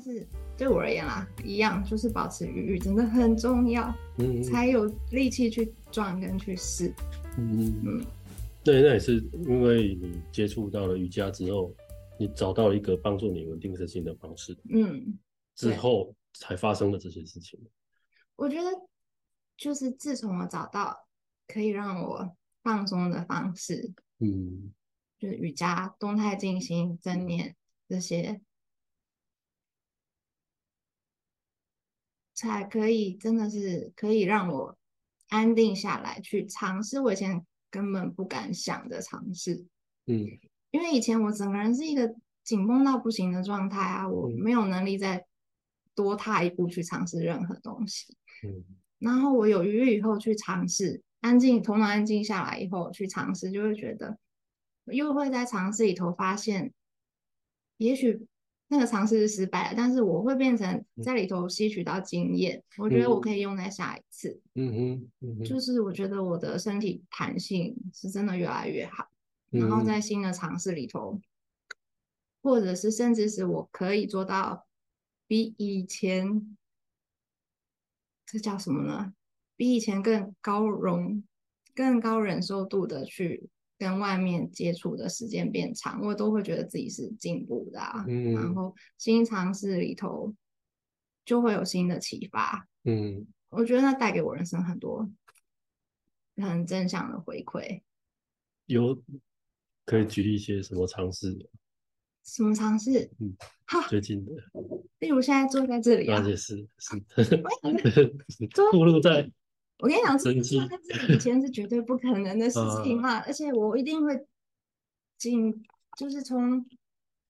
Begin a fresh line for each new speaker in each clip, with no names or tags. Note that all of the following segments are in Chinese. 是对我而言啦，一样就是保持余裕真的很重要，
嗯嗯
才有力气去撞跟去试。
嗯嗯，
嗯，
对，那也是因为你接触到了瑜伽之后，你找到一个帮助你稳定身心的方式
嗯，
之
对
后，才发生了这些事情。
我觉得就是自从我找到可以让我放松的方式，
嗯
就是瑜伽、动态静心、正念这些，才可以真的是可以让我安定下来，去尝试我以前根本不敢想的尝试。
嗯
因为以前我整个人是一个紧绷到不行的状态啊，我
嗯
没有能力再多踏一步去尝试任何东西。
嗯
然后我有余裕以后去尝试，安静头脑安静下来以后去尝试，就会觉得又会在尝试里头发现，也许那个尝试是失败了，但是我会变成
嗯
在里头吸取到经验，我觉得我可以用在下一次。
嗯哼嗯哼，
就是我觉得我的身体弹性是真的越来越好，
嗯
然后在新的尝试里头，或者是甚至是我可以做到比以前，这叫什么呢？比以前更高容、更高忍受度的去跟外面接触的时间变长，我都会觉得自己是进步的啊。然
嗯
后新尝试里头就会有新的启发，
嗯
我觉得那带给我人生很多很正向的回馈。
有可以举例一些什么尝试？
什么尝试？
嗯，
好，
最近的
例如现在坐在这里啊
那，也是是
我也
是暴露在
我跟你讲，
神奇
坐在这里以前是绝对不可能的事情啦，而且我一定会紧，就是从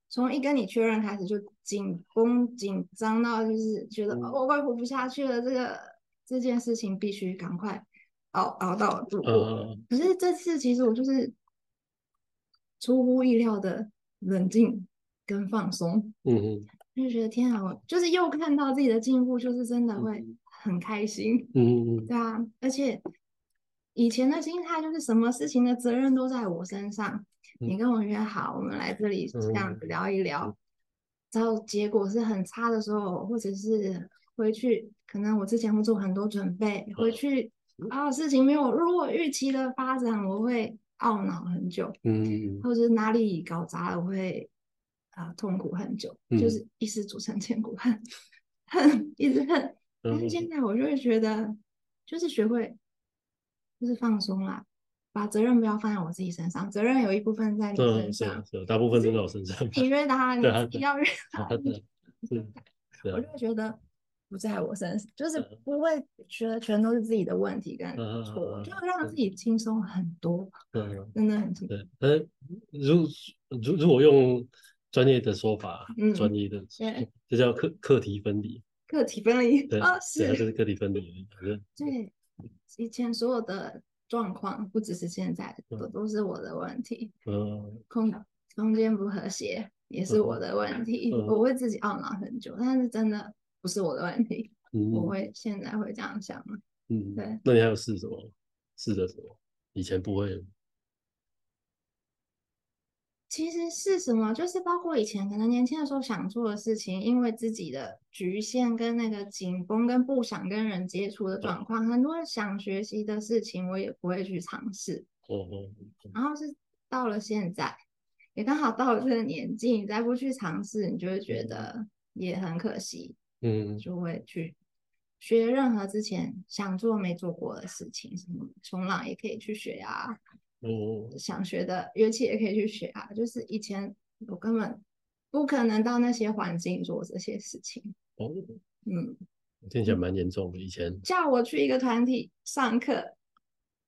从一跟你确认开始就紧绷紧张到就是觉得、
嗯
哦我快活不下去了，这个这件事情必须赶快熬熬到度过。
呃
可是这次其实我就是出乎意料的冷静跟放松，
嗯哼
就觉得天啊，我就是又看到自己的进步，就是真的会
嗯
很开心，
嗯嗯
对啊，而且以前的心态就是什么事情的责任都在我身上，你
嗯
跟我约好，我们来这里这样子
嗯
聊一聊，然后结果是很差的时候，或者是回去，可能我之前会做很多准备，回
嗯
去啊事情没有如果预期的发展，我会懊恼很久，
嗯
或者是哪里搞砸了，我会啊、呃痛苦很久，
嗯
就是一失足成千古恨， 恨一直恨。但是
嗯
现在我就会觉得，就是学会，就是放松啦，把责任不要放在我自己身上，责任有一部分在你身
嗯，是啊
上，
是啊，大部分都在我身上。
你越打你
对啊
自己
对
要越 打
对
你，
嗯，对
我
啊
就，会觉得不在我身上，就是
嗯
不会觉得全都是自己的问题跟
嗯嗯
错，就
嗯
让
嗯
自己轻松很多，
嗯，
真的很轻
对。但是如如如果用专业的说法，
嗯
专业的
对
这叫课课题分离，
个体分离
对，
啊，
对啊，这
是
是课题分离而已。反正
对以前所有的状况，不只是现在的，
嗯
都都是我的问题。
嗯
空空间不和谐也是我
嗯
的问题，
嗯
我会自己懊恼很久，但是真的不是我的问题，我
嗯
会现在会这样想了。对
嗯，那你还有试什么？试的什么？以前不会，
其实是什么，就是包括以前可能年轻的时候想做的事情，因为自己的局限跟那个紧绷跟不想跟人接触的状况，很多想学习的事情我也不会去尝试。
哦哦，
然后是到了现在，也刚好到了这个年纪，你再不去尝试，你就会觉得也很可惜。
嗯
就会去学任何之前想做没做过的事情，什么冲浪也可以去学啊，
哦，
想学的乐器也可以去学啊。就是以前我根本不可能到那些环境做这些事情。
哦，
嗯，
听起来蛮严重的。以前，
叫我去一个团体上课，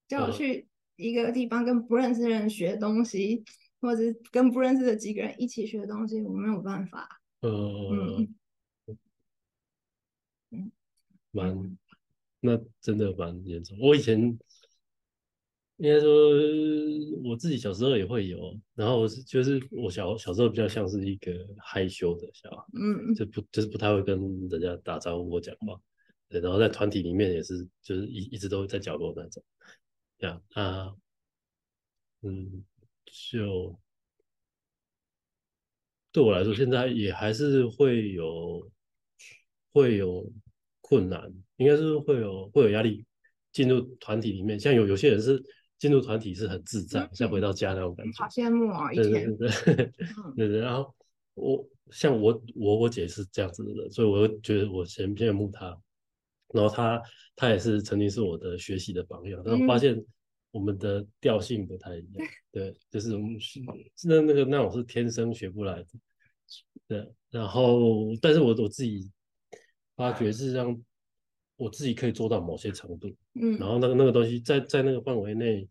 叫我
嗯
去一个地方跟不认识的人学东西，或者是跟不认识的几个人一起学东西，我没有办法。
呃，
嗯，
蛮，那真的蛮严重。我以前应该说，我自己小时候也会有，然后我是就是我小小时候比较像是一个害羞的小孩，
嗯
就不就是不太会跟人家打招呼或讲话，对，然后在团体里面也是就是一一直都在角落那种，这样啊，嗯，就对我来说现在也还是会有会有困难，应该是会有会有压力。进入团体里面，像有有些人是进入团体是很自在，像回到家那种感觉
好。羡慕哦，以
对对
前
对对
嗯
对对。然后我像我我我姐是这样子的人，所以我就觉得我很羡慕她。然后她她也是曾经是我的学习的榜样，但我发
嗯
现我们的调性不太一样。对，就是我们是那那个那种是天生学不来的。对，然后但是我我自己发觉是让我自己可以做到某些程度。
嗯
然后那个那个东西在在那个范围内，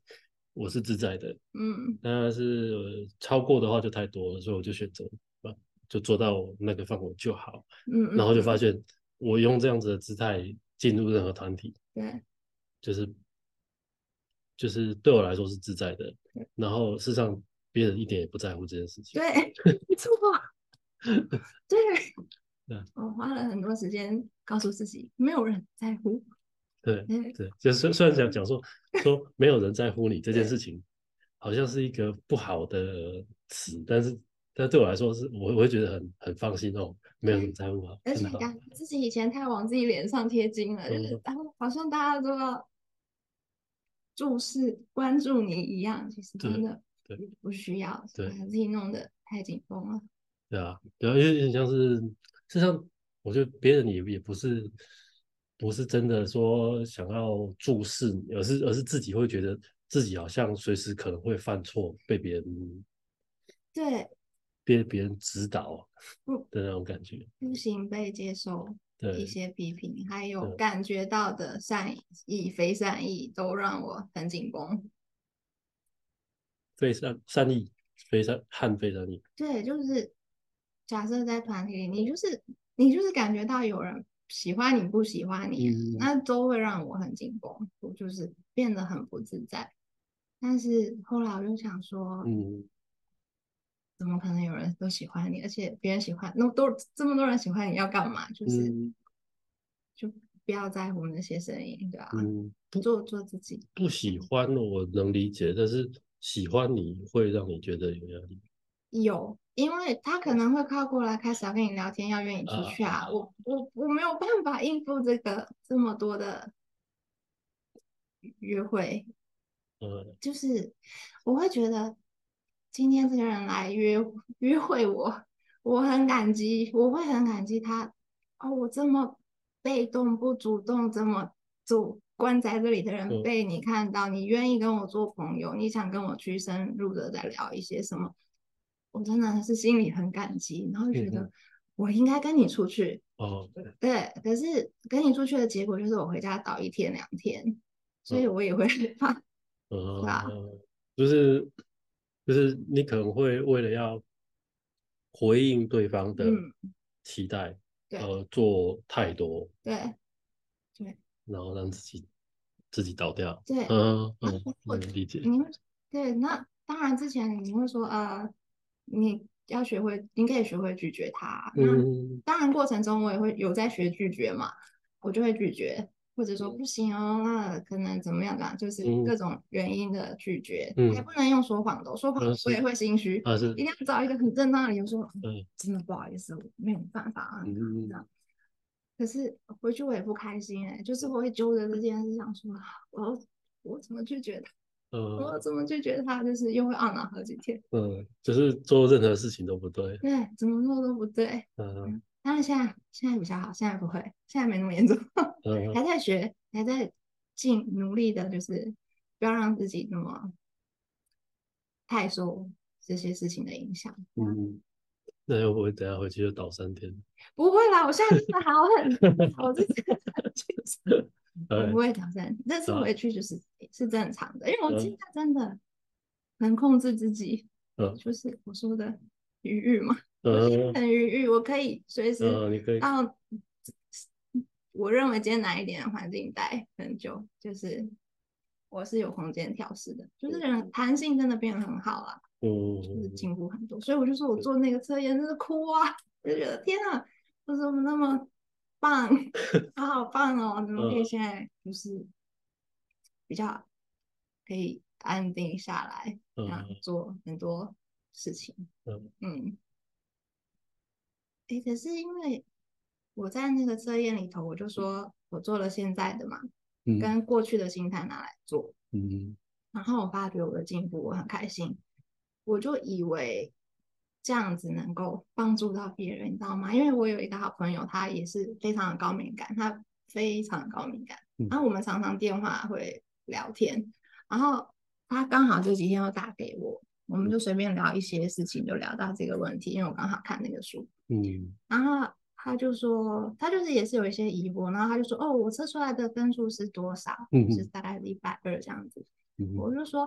我是自在的。
嗯
但是呃超过的话就太多了，所以我就选择啊，就做到那个范围就好。
嗯，
然后就
嗯
发现，我用这样子的姿态进入任何团体，
对，
就是就是对我来说是自在的
对。
然后事实上，别人一点也不在乎这件事情。
嗯对，没错，对
对，
我花了很多时间告诉自己，没有人在乎。
对
嗯，
对，就是虽虽然讲讲说说没有人在乎你这件事情，好像是一个不好的词，但是但对我来说是，我我会觉得很很放心哦，没有人
嗯
在乎啊，
而
真
且
的好。
感觉自己以前太往自己脸上贴金了，就是
嗯
然后好像大家都要注视关注你一样，其实真
对
的
对
不需要
对
把自己弄得太紧绷了。
对啊，对啊，因为有点像是，事实上，我觉得别人也也不是不是真的说想要注视你，而是而是自己会觉得自己好像随时可能会犯错，被别人
对，
被别人指导
不
的那种感觉。
不行被接受一
对，
些批评，还有
对
感觉到的善意、非善意，都让我很紧绷。
非善善意，非善和非善意。
对，就是假设在团体里，你就是你就是感觉到有人喜欢你不喜欢你，
嗯
那都会让我很紧绷，我就是变得很不自在。但是后来我就想说，
嗯，
怎么可能有人都喜欢你？而且别人喜欢，那都这么多人喜欢你要干嘛？就是
嗯
就不要在乎那些声音，对吧、啊
嗯，不
做做自己，
不喜欢我能理解，但是喜欢你会让你觉得有压力。
有，因为他可能会靠过来开始要跟你聊天，要约你出
啊
去
啊
啊。我我我没有办法应付这个这么多的约会，
呃，
就是我会觉得今天这个人来约 约会我，我很感激，我会很感激他。哦，我这么被动不主动，这么主关在这里的人
嗯
被你看到，你愿意跟我做朋友，你想跟我去深入的再聊一些什么，我真的是心里很感激，然后就觉
嗯
得我应该跟你出去。
哦，
对，可是跟你出去的结果就是我回家倒一天两天，所以
嗯
我也会 害怕。啊
呃，就是就是你可能会为了要回应对方的
嗯，
期待，
对
呃，做太多，
对。对
然后让自己自己倒掉。
对，
嗯 嗯，
我
能理解。
你会对那当然之前你会说呃，你要学会，你可以学会拒绝他。那
嗯
当然过程中我也会有在学拒绝嘛，我就会拒绝，或者说不行哦，那可能怎么样啦，就是
嗯
各种原因的拒绝，还
嗯
不能用说谎的哦，说谎
呃
我也
是
会心虚，
啊是
一定要找一个很正当的理由说，嗯
嗯
真的不好意思，我没有办法啊。
嗯
可是回去我也不开心哎、就是我会揪着这件事想说，啊我我怎么拒绝他？
呃
我怎么拒绝他？就是又会懊恼好几天，
嗯，就是做任何事情都不对。
对，怎么做都不对。
嗯
但是现在现在比较好，现在不会，现在没那么严重，
嗯。
还在学，还在尽努力的，就是不要让自己那么太受这些事情的影响。
嗯，那要不会等下回去就倒三天？
不会啦，我现在真的好很，我自己很清 楚。我
哎
不，会挑战，但是
啊
回去就是是正常的，因为我
嗯
现在真的能控制自己，
嗯
就是我说的余裕嘛，我现在
嗯
很余裕，我可以随时
嗯，你可以，
到我认为艰难一点的环境待很久，就是我是有空间调试的，就是人弹性真的变得很好了，就是
嗯，
进步很多，所以我就说我做那个测验真的哭啊，我就觉得天啊，我怎么那么 棒，他好棒哦，怎么可以
嗯
现在就是比较可以安定下来，
嗯
然后做很多事情，
嗯
嗯，诶，可是因为我在那个测验里头，我就说我做了现在的嘛，
嗯
跟过去的心态拿来做，
嗯
然后我发觉我的进步，我很开心。我就以为这样子能够帮助到别人，你知道吗？因为我有一个好朋友，他也是非常的高敏感，他非常的高敏感
嗯。
然后我们常常电话会聊天，然后他刚好这几天又打给我，我
嗯
们就随便聊一些事情，就聊到这个问题，因为我刚好看那个书。
嗯
然后他就说，他就是也是有一些疑惑，然后他就说，哦，我测出来的分数是多少？
嗯
是
嗯
大概一百二这样子。
嗯
我就说，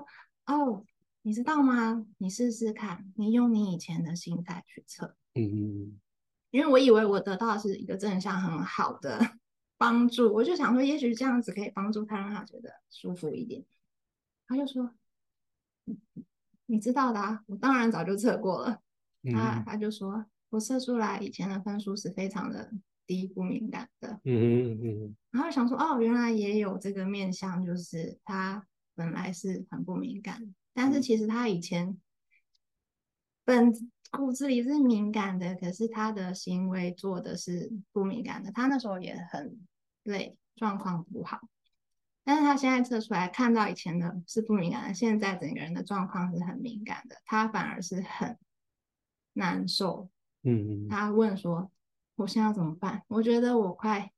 哦，你知道吗？你试试看，你用你以前的心态去测，
嗯
因为我以为我得到的是一个正向很好的 帮助，我就想说，也许这样子可以帮助他，让他觉得舒服一点。他就说，你知道的啊，我当然早就测过了。他
嗯
他就说，我测出来以前的分数是非常的低，不敏感的。
嗯嗯
然后想说，哦，原来也有这个面向，就是他本来是很不敏感，但是
嗯
其实他以前本骨子里是敏感的，可是他的行为做的是不敏感的。他那时候也很累，状况不好，但是他现在测出来，看到以前的是不敏感的，现在整个人的状况是很敏感的，他反而是很难受。
嗯
他问说：“我现在要怎么办？”我觉得我快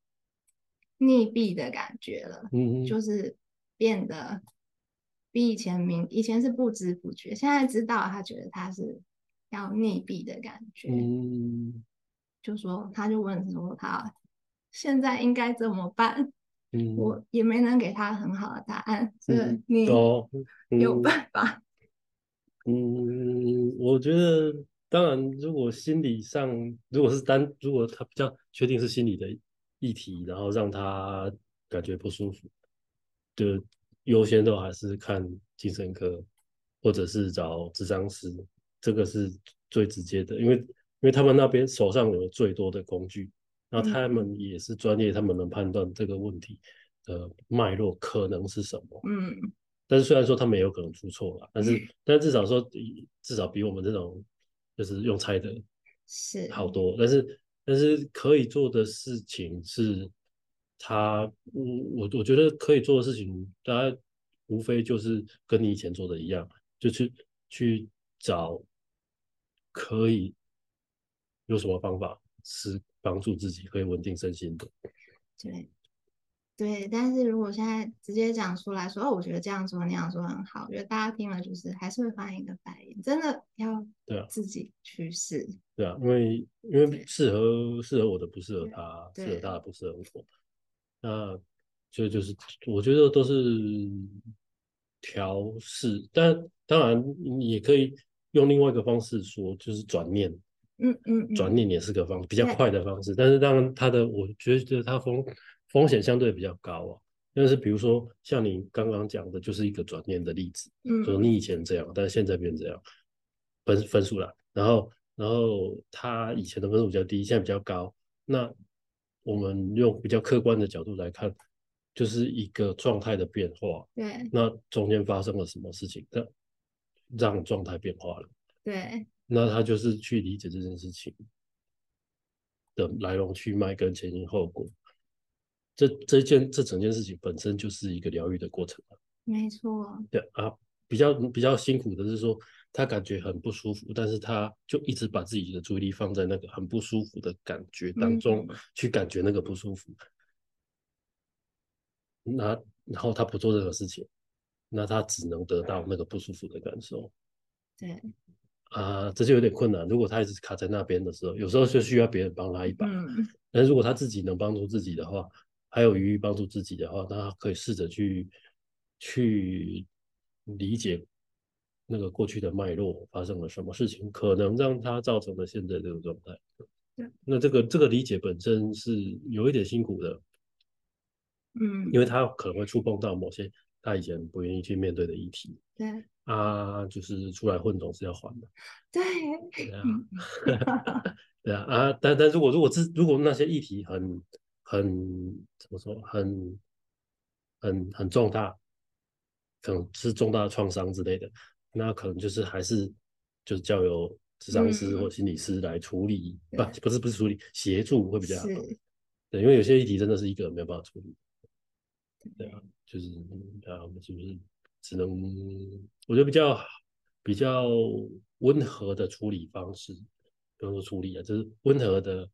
溺毙的感觉了，
嗯
就是变得比以前明，以前是不知不觉，现在知道他觉得他是要溺毙的感觉，
嗯
就说他就问说他现在应该怎么办？
嗯，
我也没能给他很好的答案，所以你
有
有办法？
嗯，我觉得，当然，如果心理上，如果是单，如果他比较确定是心理的议题，然后让他感觉不舒服，就优先都还是看精神科，或者是找咨商师，这个是最直接的，因为因为他们那边手上有最多的工具，然后他们也是专业，他们能判断这个问题的脉络可能是什么。
嗯
但是虽然说他们也有可能出错了，但是但至少说比至少比我们这种就是用猜的
是
好多。但是但是可以做的事情是他，我我我觉得可以做的事情，大家无非就是跟你以前做的一样，就去去找可以有什么方法是帮助自己可以稳定身心的。
对，对，但是如果现在直接讲出来说，哦，我觉得这样说那样说很好，我觉得大家听了就是还是会翻一个白眼，真的要
对啊
自己去试。
对啊，因为因为
对
适合适合我的不适合
对
他，
对
适合他的不适合我，那这就是我觉得都是调试，但当然你也可以用另外一个方式说，就是转念，
嗯嗯
转
嗯，
念也是个方比较
对
快的方式，但是当然它的我觉得它风风险相对比较高啊，但是比如说像你刚刚讲的，就是一个转念的例子。说
嗯
你以前这样，但是现在变这样，分分数啦，然后然后他以前的分数比较低，现在比较高，那我们用比较客观的角度来看，就是一个状态的变化，
对
那中间发生了什么事情，那让状态变化了，
对
那他就是去理解这件事情的来龙去脉跟前因后果。这这件这整件事情本身就是一个疗愈的过程。
没错，
对啊，比较比较辛苦的是说，他感觉很不舒服，但是他就一直把自己的注意力放在那个很不舒服的感觉当中，去感觉那个不舒服。那然后他不做任何事情，那他只能得到那个不舒服的感受
对，
啊，这就有点困难。如果他一直卡在那边的时候，有时候就需要别人帮他一把。
嗯
但如果他自己能帮助自己的话，还有余裕帮助自己的话，那他可以试着去去理解那个过去的脉络发生了什么事情，可能让他造成了现在这个状态
对。
那这个这个理解本身是有一点辛苦的，
嗯
因为他可能会触碰到某些他以前不愿意去面对的议题
对
啊，就是出来混总是要还的。
对，
对啊， 对啊，啊，但但如果如果是如果那些议题很很怎么说，很很很重大，可能是重大的创伤之类的，那可能就是还是就是交由智商师或
嗯
心理师来处理，
对
不不是不是处理，协助会比较好。
是
对，因为有些议题真的是一个人没有办法处理。对啊，就是嗯啊，我们是不是只能我觉得比较比较温和的处理方式，不用说处理啊，就是温和的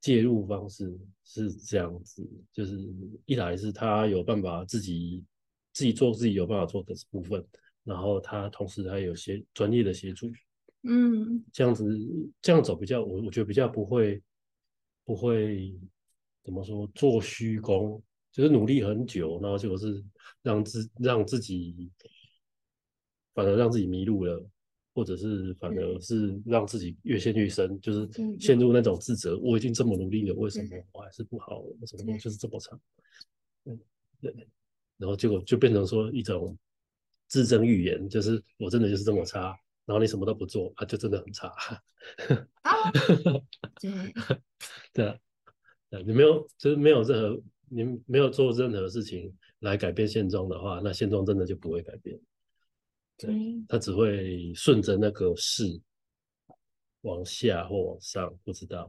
介入方式是这样子，就是一来是他有办法自己自己做自己有办法做的部分，然后他同时还有些专业的协助，
嗯
这样子这样走比较，我我觉得比较不会不会怎么说做虚功，就是努力很久，然后结果是让自让自己反而让自己迷路了，或者是反而是让自己越陷越深，就是
嗯
陷入那种自责，我已经这么努力了，为什么
对
我还是不好？为什么
对
我就是这么惨？嗯，对，然后结果就变成说一种自证预言，就是我真的就是这么差。然后你什么都不做啊，就真的很差。
啊，对，
对啊，对啊你没有就是没有任何你没有做任何事情来改变现状的话，那现状真的就不会改变，
对，
它只会顺着那个势往下或往上，不知道。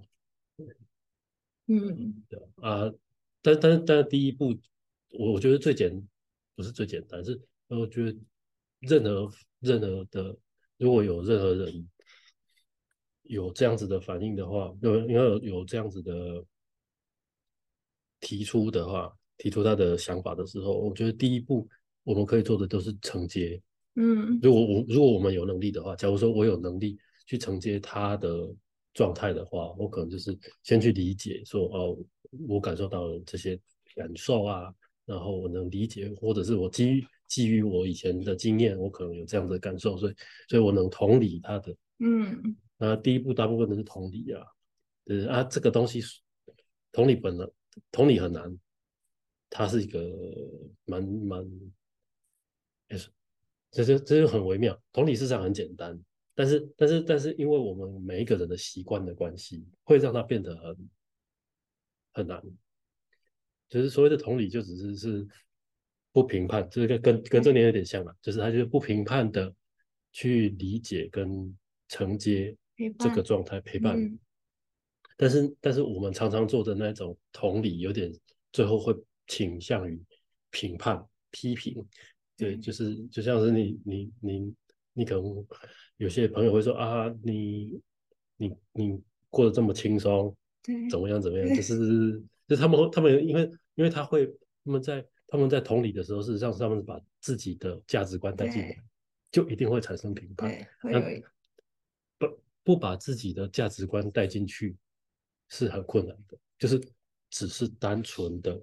嗯
对啊，但但但第一步，我我觉得最简不是最简单，是呃我觉得任何任何的，如果有任何人有这样子的反应的话，有应该有有这样子的提出的话，提出他的想法的时候，我觉得第一步我们可以做的就是承接。
嗯
如果我如果我们有能力的话，假如说我有能力去承接他的状态的话，我可能就是先去理解说，哦，我感受到了这些感受啊，然后我能理解，或者是我基于基于我以前的经验，我可能有这样的感受，所以所以我能同理他的。
嗯
那第一步大部分都是同理啊，就是啊，这个东西是同理本来同理很难，它是一个蛮蛮，也是，这就这就很微妙。同理市场很简单，但是但是但是，因为我们每一个人的习惯的关系，会让它变得很很难。就是所谓的同理，就只是是不评判，就是跟跟跟这点有点像嘛，就是他就是不评判的去理解跟承接
陪
这个
伴
状态陪伴。
嗯
但是但是我们常常做的那种同理，有点最后会倾向于评判、批评。对，
对
就是就像是你你你你可能有些朋友会说啊，你你你过得这么轻松，
对
怎么样怎么样，
对
就是就是他们会他们因为因为他会他们在他们在同理的时候，事实上是他们把自己的价值观带进
对
来，就一定会产生评判。
对，会
啊那
有一
不不把自己的价值观带进去是很困难的，就是只是单纯的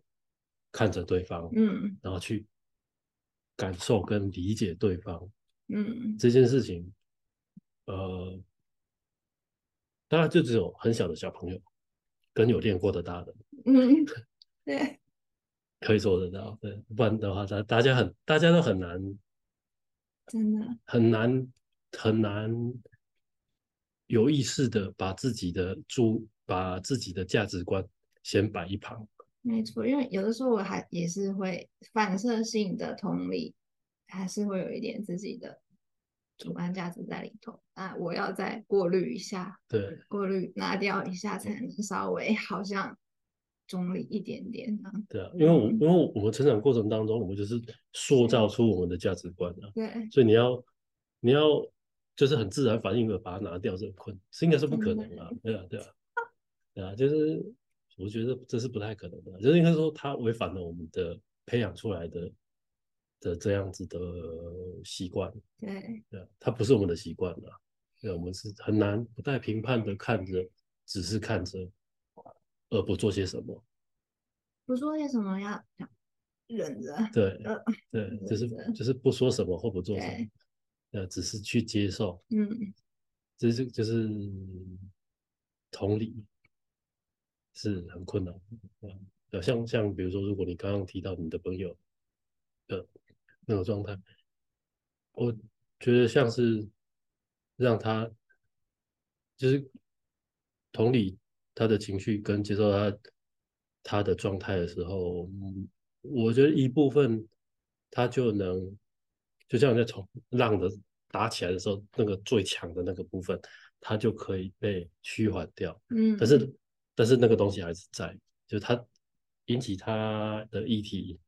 看着对方，
嗯
然后去感受跟理解对方
嗯
这件事情，呃，当然就只有很小的小朋友跟有练过的大人
嗯， 对，
可以做得到，对，不然的话，大大家很大家都很难
真的
很难很难有意识的把自己的注把自己的价值观先摆一旁，
没错，因为有的时候我还也是会反射性的同理，还是会有一点自己的主观价值在里头，那我要再过滤一下。
对
过滤拿掉一下，才能稍微好像中立一点点呢、
对啊，因为我
嗯
因为我们成长过程当中，我们就是塑造出我们的价值观啊，
对，
所以你要你要就是很自然反应的把它拿掉是很困，是应该是不可能啊，对啊对啊对啊，就是我觉得这是不太可能的，啊就是应该说它违反了我们的培养出来的的这样子的习惯。
对，
对啊，它不是我们的习惯啦。对啊，我们是很难不带评判的看着，只是看着，而不做些什么。
不说些什么要要忍着，
对
呃，
对，就是
对
就是不说什么或不做什么
对，
呃，只是去接受，
嗯，
这就就是同理，是很困难的。对啊对啊像像比如说，如果你刚刚提到你的朋友的那个状态，我觉得像是让他就是同理他的情绪跟接受他他的状态的时候，嗯我觉得一部分他就能，就像在从浪的打起来的时候，那个最强的那个部分，它就可以被趋缓掉。
嗯，
但是但是那个东西还是在，就是它引起他的议题，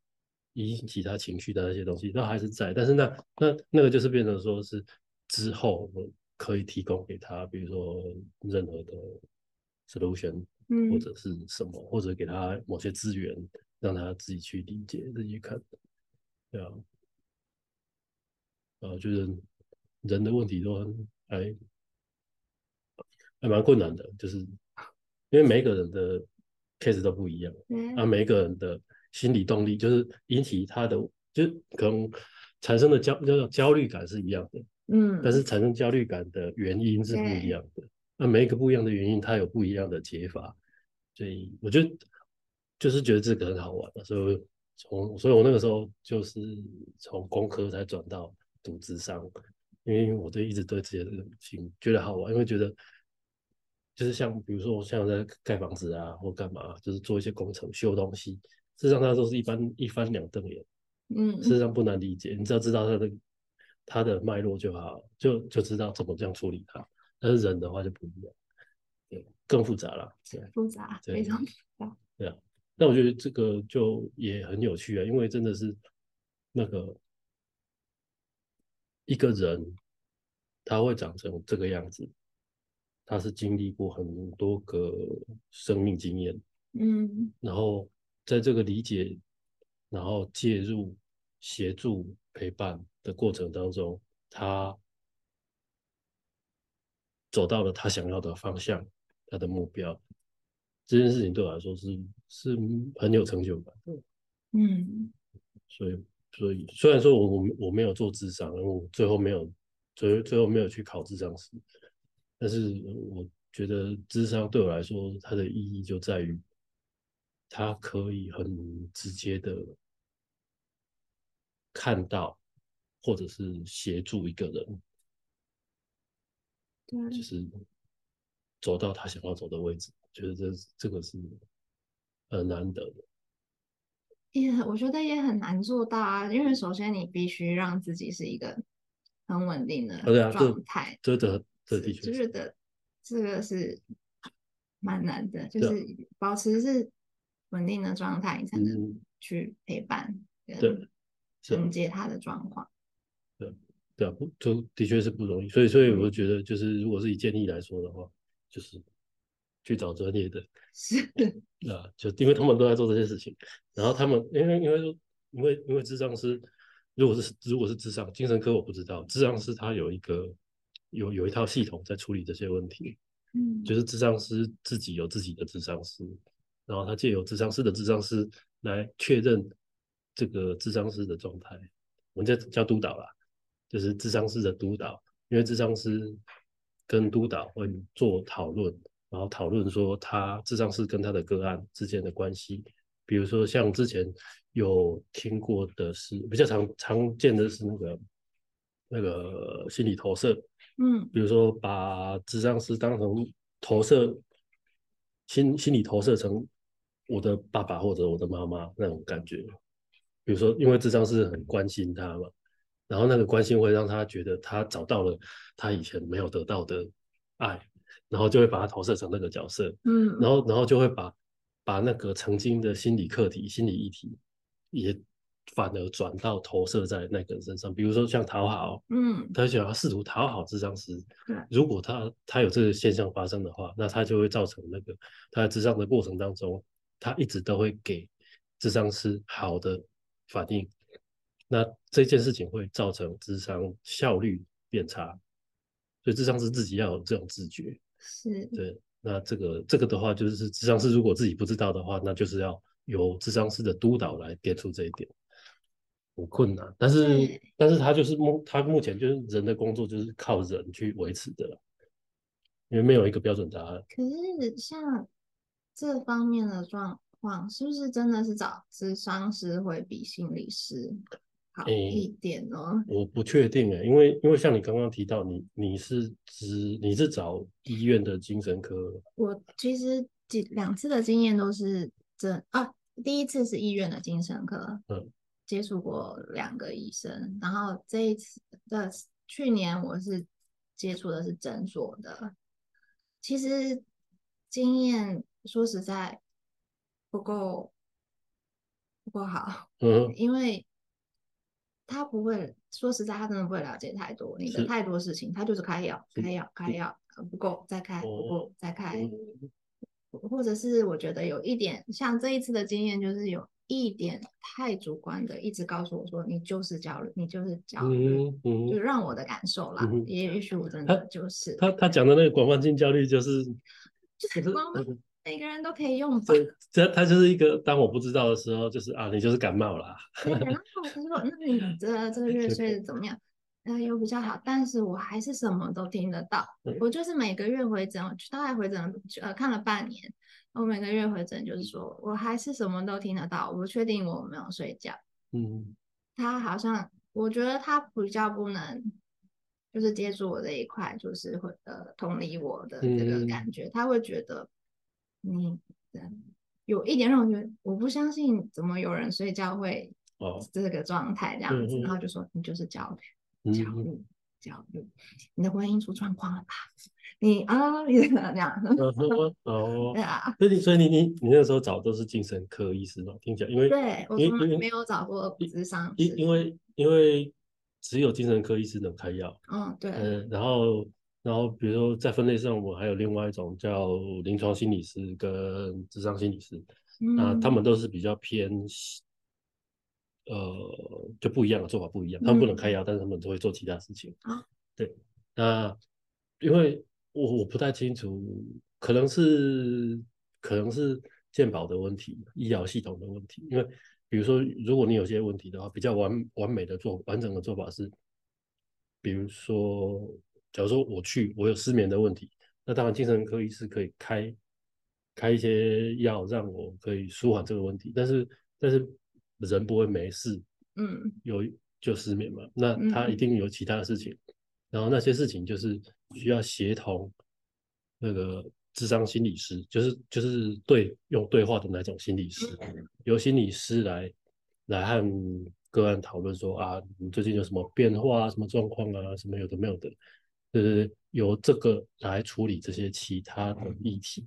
引起他情绪的那些东西，那还是在。但是那那那个就是变成说是之后我可以提供给他，比如说任何的 solution
嗯
或者是什么，或者给他某些资源，让他自己去理解、自己去看，对啊。呃，就是人的问题都哎还还蛮困难的，就是因为每一个人的 case 都不一样，
嗯
啊，每一个人的心理动力就是引起他的，就是可能产生的焦那种焦虑感是一样的，
嗯，
但是产生焦虑感的原因是不一样的。那每一个不一样的原因，它有不一样的解法，所以我就就是觉得这个很好玩啊嘛，所以我从所以我那个时候就是从工科才转到读智商，因为我对一直对这些事情觉得好玩，因为觉得就是像比如说我像在盖房子啊或干嘛，就是做一些工程修东西，事实上它都是一般一翻两瞪眼。
嗯
事实上不难理解，你只要知道它的它的脉络就好，就就知道怎么这样处理它。但是人的话就不一样，对，更复杂了。对，
复杂，
对
非常复杂，
那我觉得这个就也很有趣啊，因为真的是那个一个人他会长成这个样子，他是经历过很多个生命经验，
嗯
然后在这个理解，然后介入、协助、陪伴的过程当中，他走到了他想要的方向，他的目标。这件事情对我来说是是很有成就感的，
嗯
所以所以虽然说我我我没有做智商，我最后没有最最后没有去考智商师，但是我觉得智商对我来说它的意义就在于，它可以很直接的看到或者是协助一个人，
对，
就是走到他想要走的位置，觉得这这个是很难得的，
也很我觉得也很难做到啊，因为首先你必须让自己是一个很稳定的
对啊这
状态，
这的这
是
的确
就是是的，这个是蛮难的，就
对啊
是保持是稳定的状态，你才能
嗯
去陪伴
对
跟
是啊
承接他的状况。
对啊，不，就的确是不容易，所以，所以我就觉得，就是如果是以建议来说的话，就是去找专业的
是，
啊，就因为他们都在做这些事情，然后他们因为因为说因为因为智障师，如果是如果是智障精神科我不知道，智障师他有一个有有一套系统在处理这些问题，
嗯，
就是智障师自己有自己的智障师，然后他借由智障师的智障师来确认这个智障师的状态，我们叫叫督导啦，就是智障师的督导，因为智障师跟督导会做讨论，然后讨论说他智障师跟他的个案之间的关系，比如说像之前有听过的是比较常常见的是那个那个心理投射，
嗯
比如说把智障师当成投射，心心理投射成我的爸爸或者我的妈妈那种感觉。比如说，因为智障师很关心他嘛，然后那个关心会让他觉得他找到了他以前没有得到的爱，然后就会把他投射成那个角色。
嗯，
然后然后就会把把那个曾经的心理课题、心理议题也反而转到投射在那个人身上，比如说像哦讨好，
嗯
他想要试图讨好智障师
对，
如果他他有这个现象发生的话，那他就会造成那个他在智障的过程当中，他一直都会给智商师好的反应，那这件事情会造成智商效率变差，所以智商师自己要有这种自觉。
是，
对，那这个这个的话，就是智商师如果自己不知道的话，那就是要由智商师的督导来点出这一点，很困难。但是
对，
但是他就是目他目前就是人的工作就是靠人去维持的了，因为没有一个标准答案。
可是像这方面的状况，是不是真的是找咨商师会比心理师好
诶
一点哦呢？
我不确定诶，因为因为像你刚刚提到，你你是指你是找医院的精神科，
我其实几两次的经验都是这啊，第一次是医院的精神科，
嗯，
接触过两个医生，然后这一次的去年我是接触的是诊所的其实经验说实在不够不够好，
嗯，
因为他不会说实在，他真的不会了解太多你的
是
太多事情，他就是开药、
是
开药、开药，呃不够再开，不够
哦
再开，
嗯
或者是我觉得有一点像这一次的经验，就是有一点太主观的，一直告诉我说你就是焦虑，你就是焦虑，
嗯
就
嗯，
让我的感受啦，
嗯哼
也也许我真
他
的就是
他他讲的那个广泛性焦虑就是，
就是
不是呃
光每个人都可以用吧。
这这他就是一个当我不知道的时候，就是啊，你就是感冒啦，
对，然后他说：“那你这这个月睡得怎么样？”呃，有比较好，但是我还是什么都听得到。
嗯
我就是每个月回诊，我去大概回诊呃看了半年，我每个月回诊就是说我还是什么都听得到，我不确定我有没有睡觉。
嗯
他好像我觉得他比较不能，就是接触我这一块，就是会呃同理我的这个感觉，他会觉得你嗯有一点让我觉得我不相信怎么有人睡觉会
哦，
这个状态这样子，
嗯嗯
然后就说你就是焦虑、焦
嗯
虑、焦虑，你的婚姻出状况了吧？你啊，你怎么样？
嗯哼 哦，
对啊，
所以你所以你你你那时候找都是精神科医师嘛，听起来因为
对我
因
从来
因
没有找过
因
智商
因因
师，
为因为只有精神科医师能开药，
嗯，对，
嗯，然后然后比如说在分类上，我还有另外一种叫临床心理师跟智商心理师，那啊他
嗯
们都是比较偏西呃就不一样的做法不一样，他们不能
嗯
开药，但是他们都会做其他事情。
啊，
对，那因为我我不太清楚，可能是可能是健保的问题，医疗系统的问题。因为比如说，如果你有些问题的话，比较完完美的做完整的做法是，比如说，假如说我去我有失眠的问题，那当然精神科医师可以开开一些药让我可以舒缓这个问题，但是但是人不会没事
嗯
有就失眠嘛，那他一
嗯
定有其他的事情，然后那些事情就是需要协同那个智商心理师，就是就是对用对话的那种心理师，
嗯
由心理师来来和个案讨论说啊，你最近有什么变化啊，什么状况啊，什么有的没有的，对对对，由这个来处理这些其他的议题。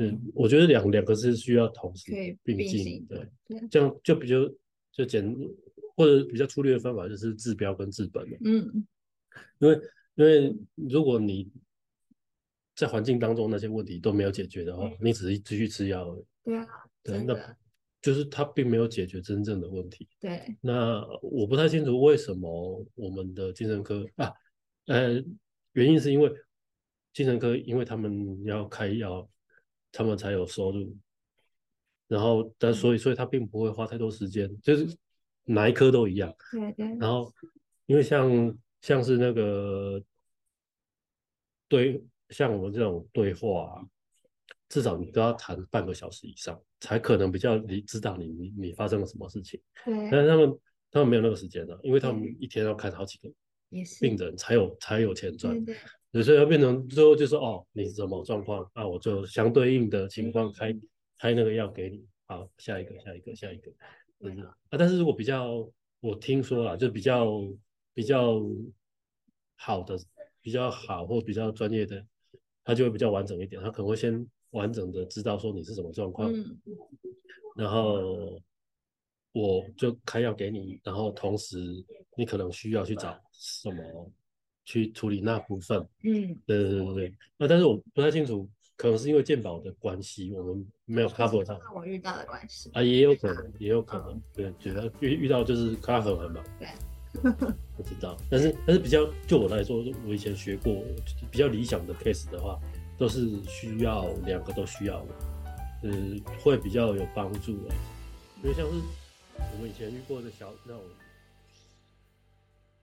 嗯，我觉得两两个是需要同时
可以
并
并
进
行
的。
对，
这样就比较就简，或者比较粗略的方法就是治标跟治本嘛。
嗯
因为因为如果你在环境当中那些问题都没有解决的话，
嗯，
你只是继续吃药而已，
对啊，
对，
真
那
的，
就是它并没有解决真正的问题。
对，
那我不太清楚为什么我们的精神科啊，呃，原因是因为精神科，因为他们要开药，他们才有收入，然后但
嗯
所以所以他并不会花太多时间，就是哪一科都一样。
对对，
然后因为像像是那个对，像我们这种对话啊，至少你都要谈半个小时以上，才可能比较你知道你你你发生了什么事情。但
对，
是他们他们没有那个时间的、因为他们
嗯，
一天要看好几个
也
病
是，嗯
人才有才有钱赚，
对对，
所以要变成最后就说哦，你什么状况啊，我就相对应的情况开
嗯，
开那个药给你，好，下一个下一个下一个，就
对
是
啊，
啊，但是如果比较我听说啦，就比较比较好的比较好或比较专业的，他就会比较完整一点，他可能会先完整的知道说你是什么状况，
嗯，
然后我就开药给你，然后同时你可能需要去找什么去处理那部分。
嗯，
对对对对，那但是我不太清楚，可能是因为健保的关系，我们没有
这是
cover 到
让我遇到的关系，
啊，也有可能，也有可能，
嗯，
对，觉得遇遇到就是 cover 很忙，
对
不知道。
对，
但是但是比较就我来说，我以前学过比较理想的 case 的话，都是需要两个都需要，呃，会比较有帮助啊。因为像是我们以前遇过的小那种